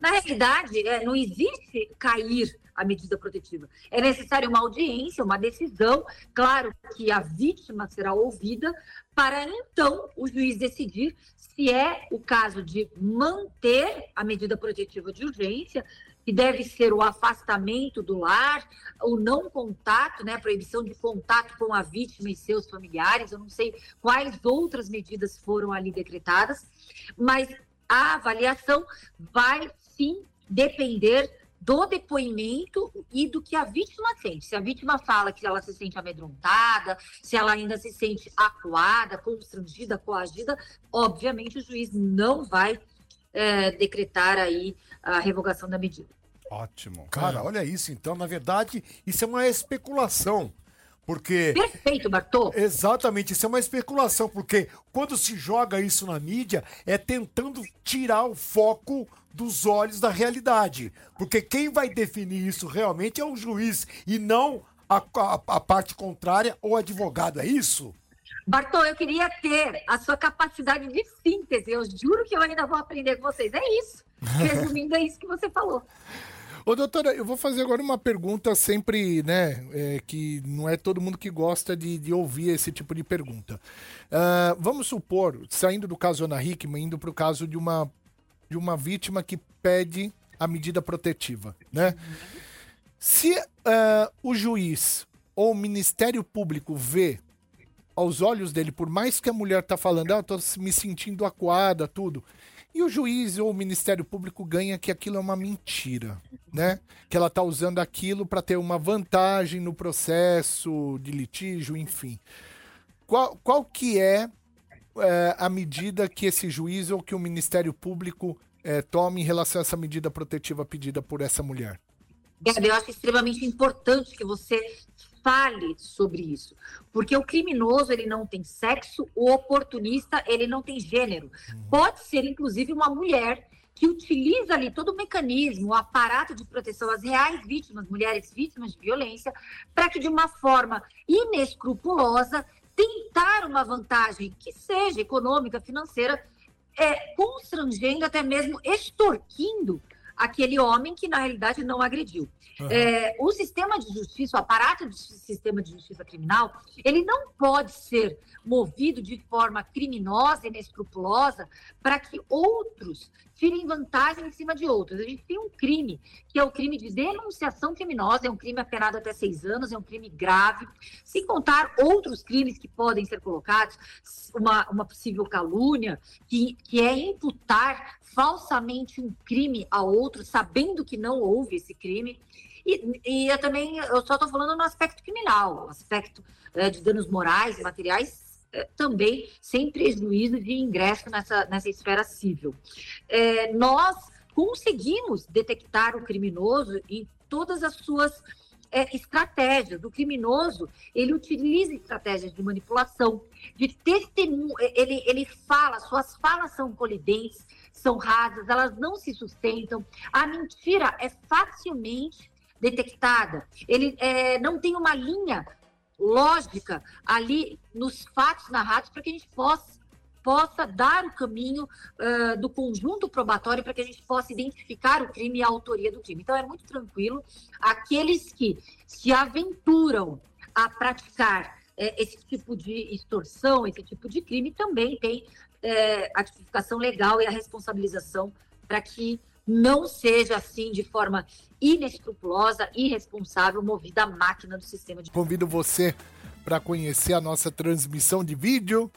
Speaker 9: Na realidade, é, não existe cair a medida protetiva. É necessária uma audiência, uma decisão. Claro que a vítima será ouvida para então o juiz decidir se é o caso de manter a medida protetiva de urgência, que deve ser o afastamento do lar, o não contato, né, a proibição de contato com a vítima e seus familiares. Eu não sei quais outras medidas foram ali decretadas, mas a avaliação vai sim depender do depoimento e do que a vítima sente. Se a vítima fala que ela se sente amedrontada, se ela ainda se sente acuada, constrangida, coagida, obviamente o juiz não vai eh, decretar aí a revogação da medida.
Speaker 5: Ótimo.
Speaker 8: Cara, olha isso então. Na verdade, isso é uma especulação. Porque.
Speaker 9: Perfeito, Bartô.
Speaker 8: Exatamente, isso é uma especulação, porque quando se joga isso na mídia, é tentando tirar o foco dos olhos da realidade. Porque quem vai definir isso realmente é o juiz e não a, a- a parte contrária ou advogado, é isso?
Speaker 9: Bartô, eu queria ter a sua capacidade de síntese. Eu juro que eu ainda vou aprender com vocês. É isso. Resumindo, é isso que você falou.
Speaker 3: Ô, doutora, eu vou fazer agora uma pergunta sempre, né? é, que não é todo mundo que gosta de, de ouvir esse tipo de pergunta. Ah, vamos supor, saindo do caso Ana Hickman, indo para o caso de uma, de uma vítima que pede a medida protetiva, né? Se ah, o juiz ou o Ministério Público vê aos olhos dele, por mais que a mulher tá falando, ah, eu tô me sentindo acuada, tudo. E o juiz ou o Ministério Público ganha que aquilo é uma mentira, né? Que ela tá usando aquilo para ter uma vantagem no processo de litígio, enfim. Qual, qual que é, é, a medida que esse juiz ou que o Ministério Público é, tome em relação a essa medida protetiva pedida por essa mulher?
Speaker 9: Gabi, eu acho extremamente importante que você fale sobre isso, porque o criminoso ele não tem sexo, o oportunista ele não tem gênero. Pode ser inclusive uma mulher que utiliza ali todo o mecanismo, o aparato de proteção às reais vítimas, mulheres vítimas de violência, para que de uma forma inescrupulosa tentar uma vantagem que seja econômica, financeira, é, constrangendo até mesmo extorquindo aquele homem que na realidade não agrediu. É, o sistema de justiça, o aparato do sistema de justiça criminal, ele não pode ser movido de forma criminosa, inescrupulosa, para que outros tirem vantagem em cima de outros. A gente tem um crime, que é o crime de denunciação criminosa, é um crime apenado até seis anos, é um crime grave, sem contar outros crimes que podem ser colocados, uma, uma possível calúnia, que, que é imputar falsamente um crime a outro, sabendo que não houve esse crime. E, e eu também, eu só estou falando no aspecto criminal, aspecto eh, de danos morais e materiais, eh, também sem prejuízo de ingresso nessa, nessa esfera civil. Eh, nós conseguimos detectar o criminoso em todas as suas eh, estratégias. O criminoso, ele utiliza estratégias de manipulação, de testemunho, ele, ele fala, suas falas são colidentes, são rasas, elas não se sustentam. A mentira é facilmente detectada. Ele eh, não tem uma linha lógica ali nos fatos narrados para que a gente possa possa dar o caminho ah, do conjunto probatório para que a gente possa identificar o crime e a autoria do crime. Então, é muito tranquilo aqueles que se aventuram a praticar eh, esse tipo de extorsão, esse tipo de crime, também tem eh, a tipificação legal e a responsabilização para que não seja assim de forma inescrupulosa, irresponsável, movida à máquina do sistema de
Speaker 3: Convido você para conhecer a nossa transmissão de vídeo.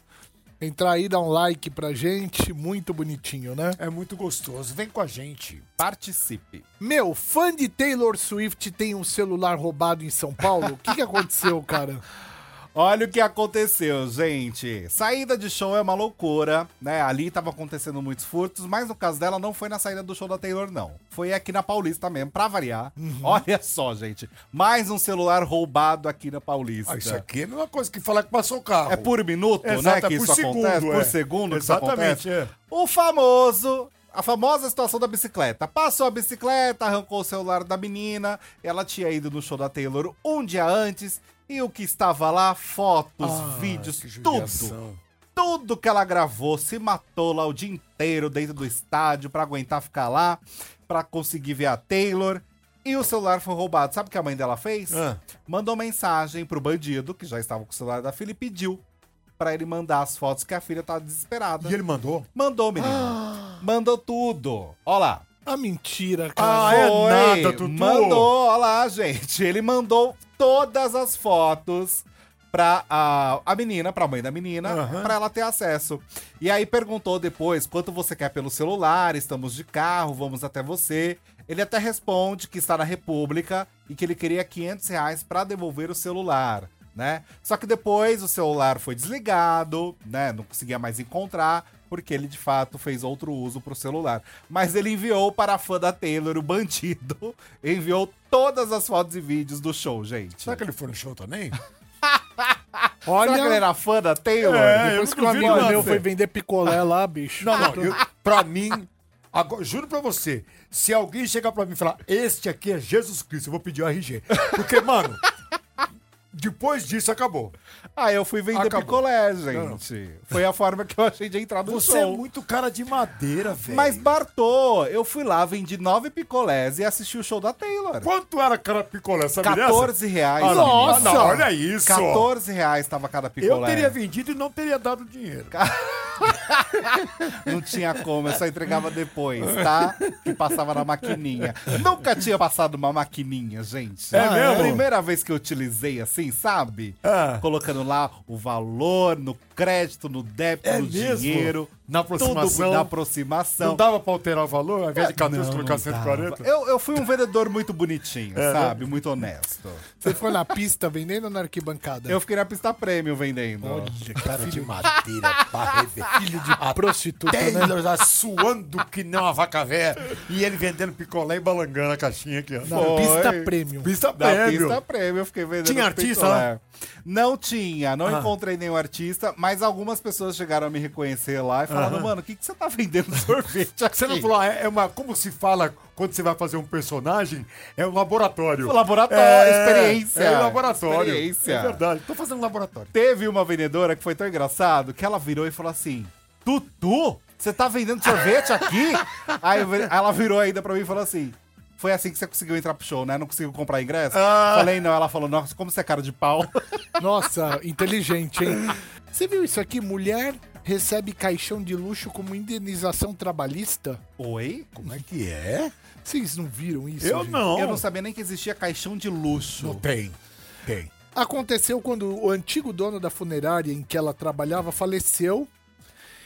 Speaker 3: Entrar aí, dar um like pra gente. Muito bonitinho, né?
Speaker 8: É muito gostoso. Vem com a gente.
Speaker 5: Participe.
Speaker 3: Meu, fã de Taylor Swift tem um celular roubado em São Paulo? O que, que aconteceu, cara?
Speaker 5: Olha o que aconteceu, gente. Saída de show é uma loucura, né? Ali tava acontecendo muitos furtos, mas no caso dela não foi na saída do show da Taylor, não. Foi aqui na Paulista mesmo, pra variar.
Speaker 4: Uhum.
Speaker 5: Olha só, gente. Mais um celular roubado aqui na Paulista.
Speaker 4: Ah,
Speaker 3: Tá.
Speaker 4: isso aqui é a mesma coisa que falar que passou o carro.
Speaker 5: É por minuto, né?
Speaker 4: Exato,
Speaker 5: Que
Speaker 4: é por
Speaker 5: isso
Speaker 4: segundo,
Speaker 5: acontece,
Speaker 4: é.
Speaker 5: por segundo que isso
Speaker 4: Exatamente, é.
Speaker 5: acontece. O famoso. A famosa situação da bicicleta. Passou a bicicleta, arrancou o celular da menina. Ela tinha ido no show da Taylor um dia antes. E o que estava lá? Fotos, vídeos, tudo. Tudo que ela gravou, se matou lá o dia inteiro dentro do estádio pra aguentar ficar lá, pra conseguir ver a Taylor. E o celular foi roubado. Sabe o que a mãe dela fez?
Speaker 4: Ah.
Speaker 5: Mandou mensagem pro bandido, que já estava com o celular da filha, e pediu pra ele mandar as fotos, que a filha tá desesperada.
Speaker 4: E ele mandou?
Speaker 5: Mandou, menino.
Speaker 4: [GASPS]
Speaker 5: Mandou tudo. Ó lá.
Speaker 3: A mentira,
Speaker 4: Ah,
Speaker 3: cara.
Speaker 4: é
Speaker 5: Foi.
Speaker 4: nada, Tutu.
Speaker 5: Mandou, ó lá, gente. Ele mandou todas as fotos pra a, a menina, pra mãe da menina,
Speaker 4: Aham.
Speaker 5: pra ela ter acesso. E aí perguntou depois, quanto você quer pelo celular, estamos de carro, vamos até você. Ele até responde que está na República e que ele queria 500 reais pra devolver o celular. Né? Só que depois o celular foi desligado, né? Não conseguia mais encontrar, porque ele de fato fez outro uso pro celular. Mas ele enviou para a fã da Taylor, o bandido, [LAUGHS] enviou todas as fotos e vídeos do show, gente.
Speaker 4: Será que ele foi no show também?
Speaker 5: Será que ele
Speaker 3: Olha,
Speaker 5: era fã da Taylor?
Speaker 4: É,
Speaker 3: depois
Speaker 4: eu
Speaker 3: que um
Speaker 4: duvido
Speaker 3: amigo
Speaker 4: nada.
Speaker 3: meu foi vender picolé lá, bicho.
Speaker 4: Não, não, eu, pra mim, agora, juro pra você, se alguém chegar pra mim e falar, este aqui é Jesus Cristo, eu vou pedir o RG. Porque, mano, Depois disso, acabou.
Speaker 3: Ah, eu fui vender
Speaker 4: Acabou.
Speaker 3: picolé, gente. Foi a forma que eu achei de entrar no
Speaker 4: Você é
Speaker 3: show.
Speaker 4: muito cara de madeira, velho.
Speaker 5: Mas, Bartô, eu fui lá, vendi nove picolés e assisti o show da Taylor.
Speaker 4: quanto era cara picolé, sabe
Speaker 5: 14 reais.
Speaker 4: Ah, não.
Speaker 5: Nossa!
Speaker 4: Ah, não, olha isso.
Speaker 5: 14 reais tava cada picolé.
Speaker 4: Eu teria vendido e não teria dado dinheiro.
Speaker 5: Não tinha como, eu só entregava depois, tá? Que passava na maquininha. Nunca tinha passado uma maquininha, gente.
Speaker 4: É mesmo?
Speaker 5: Primeira vez que eu utilizei assim, sabe?
Speaker 4: Ah.
Speaker 5: Colocando lá o valor, no crédito, no débito,
Speaker 4: É
Speaker 5: no
Speaker 4: mesmo?
Speaker 5: dinheiro.
Speaker 4: Na aproximação?
Speaker 5: Tudo na aproximação.
Speaker 4: Não dava pra alterar o valor? Ao
Speaker 3: É,
Speaker 4: invés de 14,
Speaker 5: Não,
Speaker 4: colocar
Speaker 5: não
Speaker 4: 140?
Speaker 5: dava. tá. Eu, eu fui um vendedor muito bonitinho,
Speaker 4: É, né?
Speaker 5: sabe? Muito honesto.
Speaker 3: Você ficou na pista vendendo ou na arquibancada?
Speaker 5: Eu fiquei na pista prêmio vendendo.
Speaker 4: Cara de madeira, barra,
Speaker 3: [LAUGHS]
Speaker 4: filho de
Speaker 3: prostituta, né?
Speaker 4: Taylor já suando que não a vaca velha. É, E ele vendendo picolé e balangando a caixinha aqui, ó.
Speaker 3: Na
Speaker 5: Foi.
Speaker 3: pista premium.
Speaker 4: Pista
Speaker 5: Da
Speaker 4: prêmio.
Speaker 5: pista prêmio, eu fiquei vendendo.
Speaker 4: Tinha
Speaker 5: um
Speaker 4: artista Ah.
Speaker 5: picolé. Não tinha, não encontrei nenhum artista, mas algumas pessoas chegaram a me reconhecer lá e falaram, mano, o que, que você tá vendendo [LAUGHS] sorvete aqui?
Speaker 4: Você não falou, ah, é é uma. Como se fala quando você vai fazer um personagem? É um laboratório.
Speaker 5: Laboratório,
Speaker 4: É,
Speaker 5: experiência.
Speaker 4: É um laboratório.
Speaker 5: Experiência.
Speaker 4: É verdade. Tô fazendo um laboratório.
Speaker 5: Teve uma vendedora que foi tão engraçado que ela virou e falou assim: Tutu, você tá vendendo sorvete
Speaker 4: [LAUGHS]
Speaker 5: aqui? Aí eu vi- ela virou ainda pra mim e falou assim. Foi assim que você conseguiu entrar pro show, né? Não conseguiu comprar ingresso?
Speaker 4: Ah,
Speaker 5: Falei, não. Ela falou, nossa, como você é cara de pau.
Speaker 3: Nossa, inteligente, hein? Você viu isso aqui? Mulher recebe caixão de luxo como indenização trabalhista?
Speaker 5: Oi?
Speaker 4: Como é que é?
Speaker 3: Vocês não viram isso?
Speaker 4: Eu
Speaker 3: gente?
Speaker 4: não.
Speaker 5: Eu não sabia nem que existia caixão de luxo.
Speaker 4: Não tem. Tem.
Speaker 3: Aconteceu quando o antigo dono da funerária em que ela trabalhava faleceu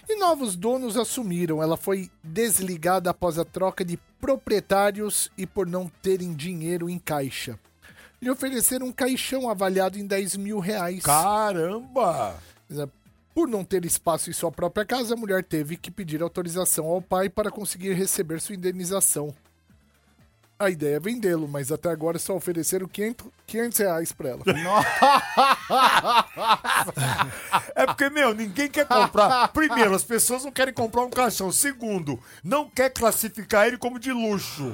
Speaker 3: e novos donos assumiram. Ela foi desligada após a troca de proprietários e por não terem dinheiro em caixa. Lhe ofereceram um caixão avaliado em 10 mil reais. é,
Speaker 4: Caramba!
Speaker 3: Por não ter espaço em sua própria casa, a mulher teve que pedir autorização ao pai para conseguir receber sua indenização. A ideia é vendê-lo, mas até agora só ofereceram 500, 500 reais pra ela.
Speaker 4: É porque, meu, ninguém quer
Speaker 5: [LAUGHS]
Speaker 4: comprar. Primeiro, as pessoas não querem comprar um caixão. Segundo, não quer classificar ele como de luxo.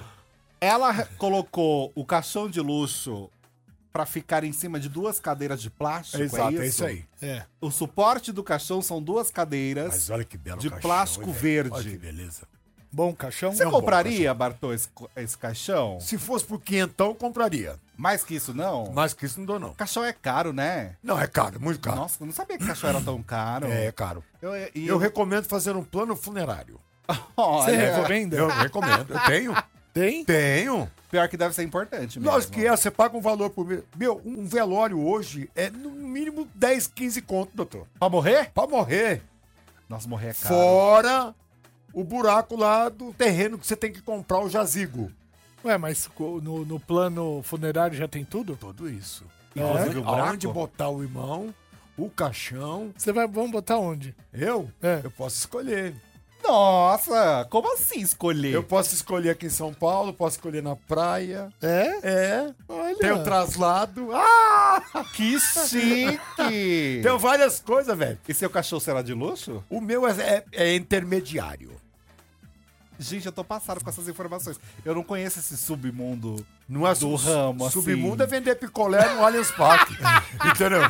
Speaker 5: Ela re- colocou o caixão de luxo pra ficar em cima de duas cadeiras de plástico, é isso?
Speaker 4: É.
Speaker 5: O suporte do caixão são duas cadeiras.
Speaker 4: Mas olha que belo
Speaker 5: De
Speaker 4: caixão,
Speaker 5: plástico
Speaker 4: hein, velho?
Speaker 5: verde.
Speaker 4: Olha que beleza.
Speaker 3: Bom caixão?
Speaker 5: Você
Speaker 4: é um bom
Speaker 5: compraria, Bartô, esse, co- esse caixão?
Speaker 4: Se fosse por quinhentão, compraria.
Speaker 5: Mais que isso, não?
Speaker 4: Mais que isso não dou, não.
Speaker 5: Caixão é caro, né?
Speaker 4: Não, é caro, muito caro.
Speaker 5: Nossa, eu não sabia que caixão era tão caro.
Speaker 4: É, é caro.
Speaker 5: Eu, e-
Speaker 4: Eu recomendo fazer um plano funerário. É,
Speaker 5: Olha,
Speaker 3: recomenda?
Speaker 4: Eu recomendo. Eu [LAUGHS] tenho.
Speaker 3: Tem?
Speaker 4: Tenho.
Speaker 5: pior que deve ser importante mesmo.
Speaker 4: Lógico que é, você paga um valor por mês. Meu, um velório hoje é no mínimo 10, 15 conto, doutor.
Speaker 5: Pra morrer?
Speaker 4: Pra morrer.
Speaker 5: Nossa, morrer é caro.
Speaker 4: Fora o buraco lá do terreno que você tem que comprar o jazigo.
Speaker 3: Ué, mas co- no, no plano funerário já tem tudo?
Speaker 4: Tudo isso.
Speaker 5: Inclusive o buraco?
Speaker 4: Aonde botar o irmão, o caixão.
Speaker 3: Você vai, vamos botar onde?
Speaker 4: Eu?
Speaker 3: É.
Speaker 4: Eu posso escolher.
Speaker 5: Nossa, como assim escolher?
Speaker 4: Eu posso escolher aqui em São Paulo, posso escolher na praia.
Speaker 3: É?
Speaker 4: É.
Speaker 3: Olha.
Speaker 4: Tem o traslado. Ah!
Speaker 5: Que chique!
Speaker 4: Tem várias coisas, velho.
Speaker 5: E seu cachorro será de luxo?
Speaker 4: O meu é, é- é intermediário.
Speaker 5: Gente, eu tô passado com essas informações. Eu não conheço esse submundo.
Speaker 4: Não é
Speaker 5: Do ramo, assim.
Speaker 4: Submundo é vender picolé no Allianz
Speaker 5: [LAUGHS]
Speaker 4: Park. Entendeu?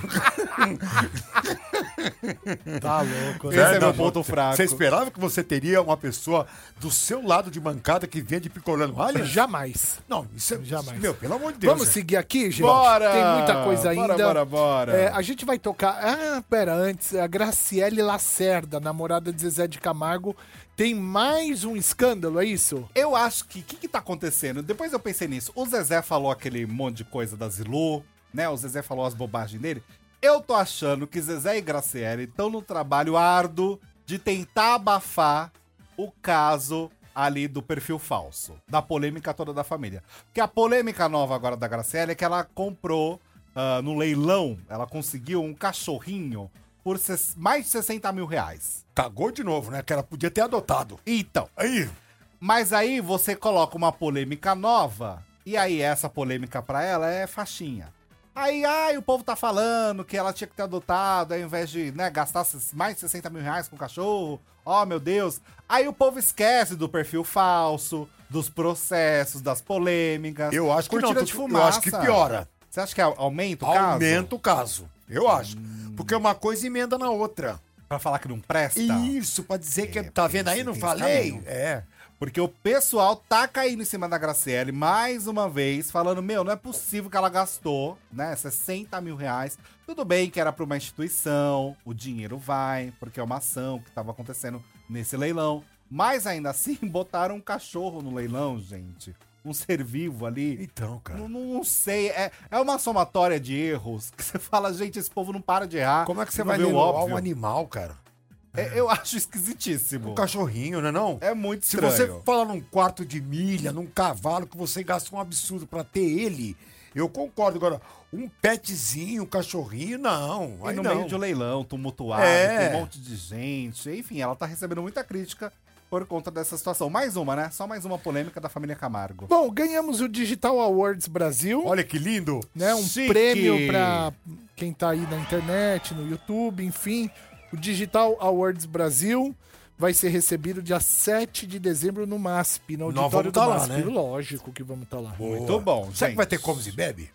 Speaker 3: Tá louco,
Speaker 5: Esse
Speaker 3: né?
Speaker 5: é
Speaker 4: Não,
Speaker 5: meu ponto fraco.
Speaker 4: Você esperava que você teria uma pessoa do seu lado de bancada que vende picolé no Allianz?
Speaker 3: Jamais.
Speaker 4: Não, isso é...
Speaker 3: Jamais.
Speaker 4: Meu, pelo amor de Deus. é.
Speaker 3: Vamos
Speaker 4: velho.
Speaker 3: seguir aqui, gente?
Speaker 5: Bora!
Speaker 3: Tem muita coisa
Speaker 5: Bora,
Speaker 3: ainda.
Speaker 5: bora, bora.
Speaker 3: É, a gente vai tocar... Ah, pera, antes, a Graciele Lacerda, namorada de Zezé de Camargo, tem mais um escândalo, é isso?
Speaker 5: Eu acho que. O que, que tá acontecendo? Depois eu pensei nisso. O Zezé falou aquele monte de coisa da Zilu, né? O Zezé falou as bobagens dele. Eu tô achando que Zezé e Graciele estão no trabalho árduo de tentar abafar o caso ali do perfil falso, da polêmica toda da família. Porque a polêmica nova agora da Graciele é que ela comprou ah, no leilão, ela conseguiu um cachorrinho por ses- mais de 60 mil reais.
Speaker 4: Cagou de novo, né? Que ela podia ter adotado.
Speaker 5: Então,
Speaker 4: Aí,
Speaker 5: mas aí você coloca uma polêmica nova, e aí essa polêmica pra ela é faixinha. Aí, ai, o povo tá falando que ela tinha que ter adotado, ao invés de né, gastar esses mais de 60 mil reais com o cachorro. Oh, meu Deus. Aí o povo esquece do perfil falso, dos processos, das polêmicas.
Speaker 4: eu acho que
Speaker 5: cortina
Speaker 4: não.
Speaker 5: de
Speaker 4: Eu acho que
Speaker 5: fumaça.
Speaker 4: piora.
Speaker 5: Você acha que au- aumenta o caso?
Speaker 4: Aumenta o caso, eu acho. Porque uma coisa emenda na outra.
Speaker 5: Pra falar que não presta?
Speaker 4: Isso, pra dizer que. Tá vendo aí? Não
Speaker 5: tem esse
Speaker 4: falei?
Speaker 5: caminho.
Speaker 4: É.
Speaker 5: Porque o pessoal tá caindo em cima da Graciele mais uma vez, falando: Meu, não é possível que ela gastou, né? 60 mil reais. Tudo bem que era pra uma instituição, o dinheiro vai, porque é uma ação que tava acontecendo nesse leilão. Mas ainda assim, [LAUGHS] botaram um cachorro no leilão, gente. Um ser vivo ali.
Speaker 4: Então, cara.
Speaker 5: Não, não- não sei, é, é uma somatória de erros que você [LAUGHS] fala, gente, esse povo não para de errar.
Speaker 4: Como é que você
Speaker 5: não
Speaker 4: vai
Speaker 5: vê o
Speaker 4: leiloar
Speaker 5: óbvio?"
Speaker 4: um animal, cara?
Speaker 5: É, eu acho esquisitíssimo.
Speaker 4: Um cachorrinho, né não?
Speaker 5: É muito
Speaker 4: Se
Speaker 5: estranho.
Speaker 4: você fala num quarto de milha, num cavalo, que você gasta um absurdo pra ter ele, eu concordo. Agora, um petzinho, um cachorrinho, não.
Speaker 5: E
Speaker 4: Aí
Speaker 5: no
Speaker 4: não.
Speaker 5: meio de um leilão, tumultuado,
Speaker 4: É.
Speaker 5: com um monte de gente. Enfim, ela tá recebendo muita crítica por conta dessa situação. Mais uma, né? Só mais uma polêmica da família Camargo.
Speaker 3: Bom, ganhamos o Digital Awards Brasil.
Speaker 4: Olha que lindo.
Speaker 3: né? Um
Speaker 5: Chique.
Speaker 3: prêmio pra quem tá aí na internet, no YouTube, enfim. O Digital Awards Brasil vai ser recebido dia 7 de dezembro no MASP, no
Speaker 4: Nós
Speaker 3: auditório
Speaker 4: vamos tá
Speaker 3: do
Speaker 4: lá,
Speaker 3: MASP.
Speaker 4: né?
Speaker 3: Lógico que vamos estar lá.
Speaker 5: Muito bom, gente.
Speaker 4: Será que vai ter comes e bebe?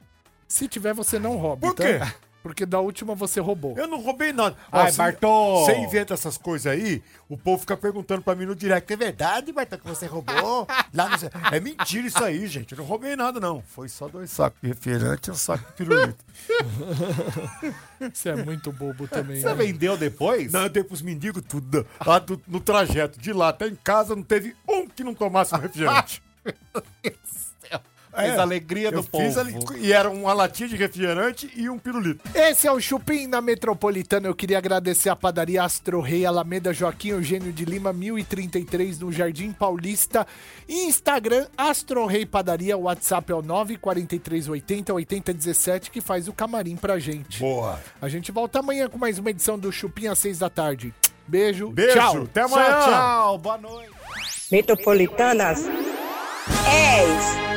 Speaker 3: Se tiver, você não rouba.
Speaker 4: Por
Speaker 3: tá?
Speaker 4: quê?
Speaker 3: Porque da última você roubou.
Speaker 4: Eu não roubei nada.
Speaker 5: Ai,
Speaker 4: Ó, se-
Speaker 5: Ah, Bartô!
Speaker 4: Você inventa essas coisas aí, o povo fica perguntando pra mim no direct. É verdade, Bartô, que você
Speaker 5: [LAUGHS]
Speaker 4: roubou? Lá no- É mentira isso aí, gente. Eu não roubei nada, não. Foi só dois sacos de refrigerante e um saco de pirulito.
Speaker 3: Você é muito bobo também.
Speaker 5: Você
Speaker 3: né?
Speaker 5: vendeu depois?
Speaker 4: não, eu dei pros mendigos tudo. Lá do- no trajeto de lá até em casa, não teve um que não tomasse um
Speaker 5: [LAUGHS]
Speaker 4: refrigerante.
Speaker 5: Fez
Speaker 4: é.
Speaker 5: a alegria do
Speaker 4: Eu
Speaker 5: povo.
Speaker 4: fiz ali, e era uma latinha de refrigerante e um pirulito.
Speaker 3: Esse é o Chupim da Metropolitana. Eu queria agradecer a padaria Astro Rei, Alameda Joaquim Eugênio de Lima, 1033, no Jardim Paulista. Instagram, Astro Rei Padaria. O WhatsApp é o 94380 8017, que faz o camarim pra gente.
Speaker 4: Boa.
Speaker 3: A gente volta amanhã com mais uma edição do Chupim às seis da tarde. Beijo.
Speaker 4: Beijo,
Speaker 3: Tchau.
Speaker 4: até amanhã.
Speaker 5: Tchau, boa noite.
Speaker 9: Metropolitanas 10.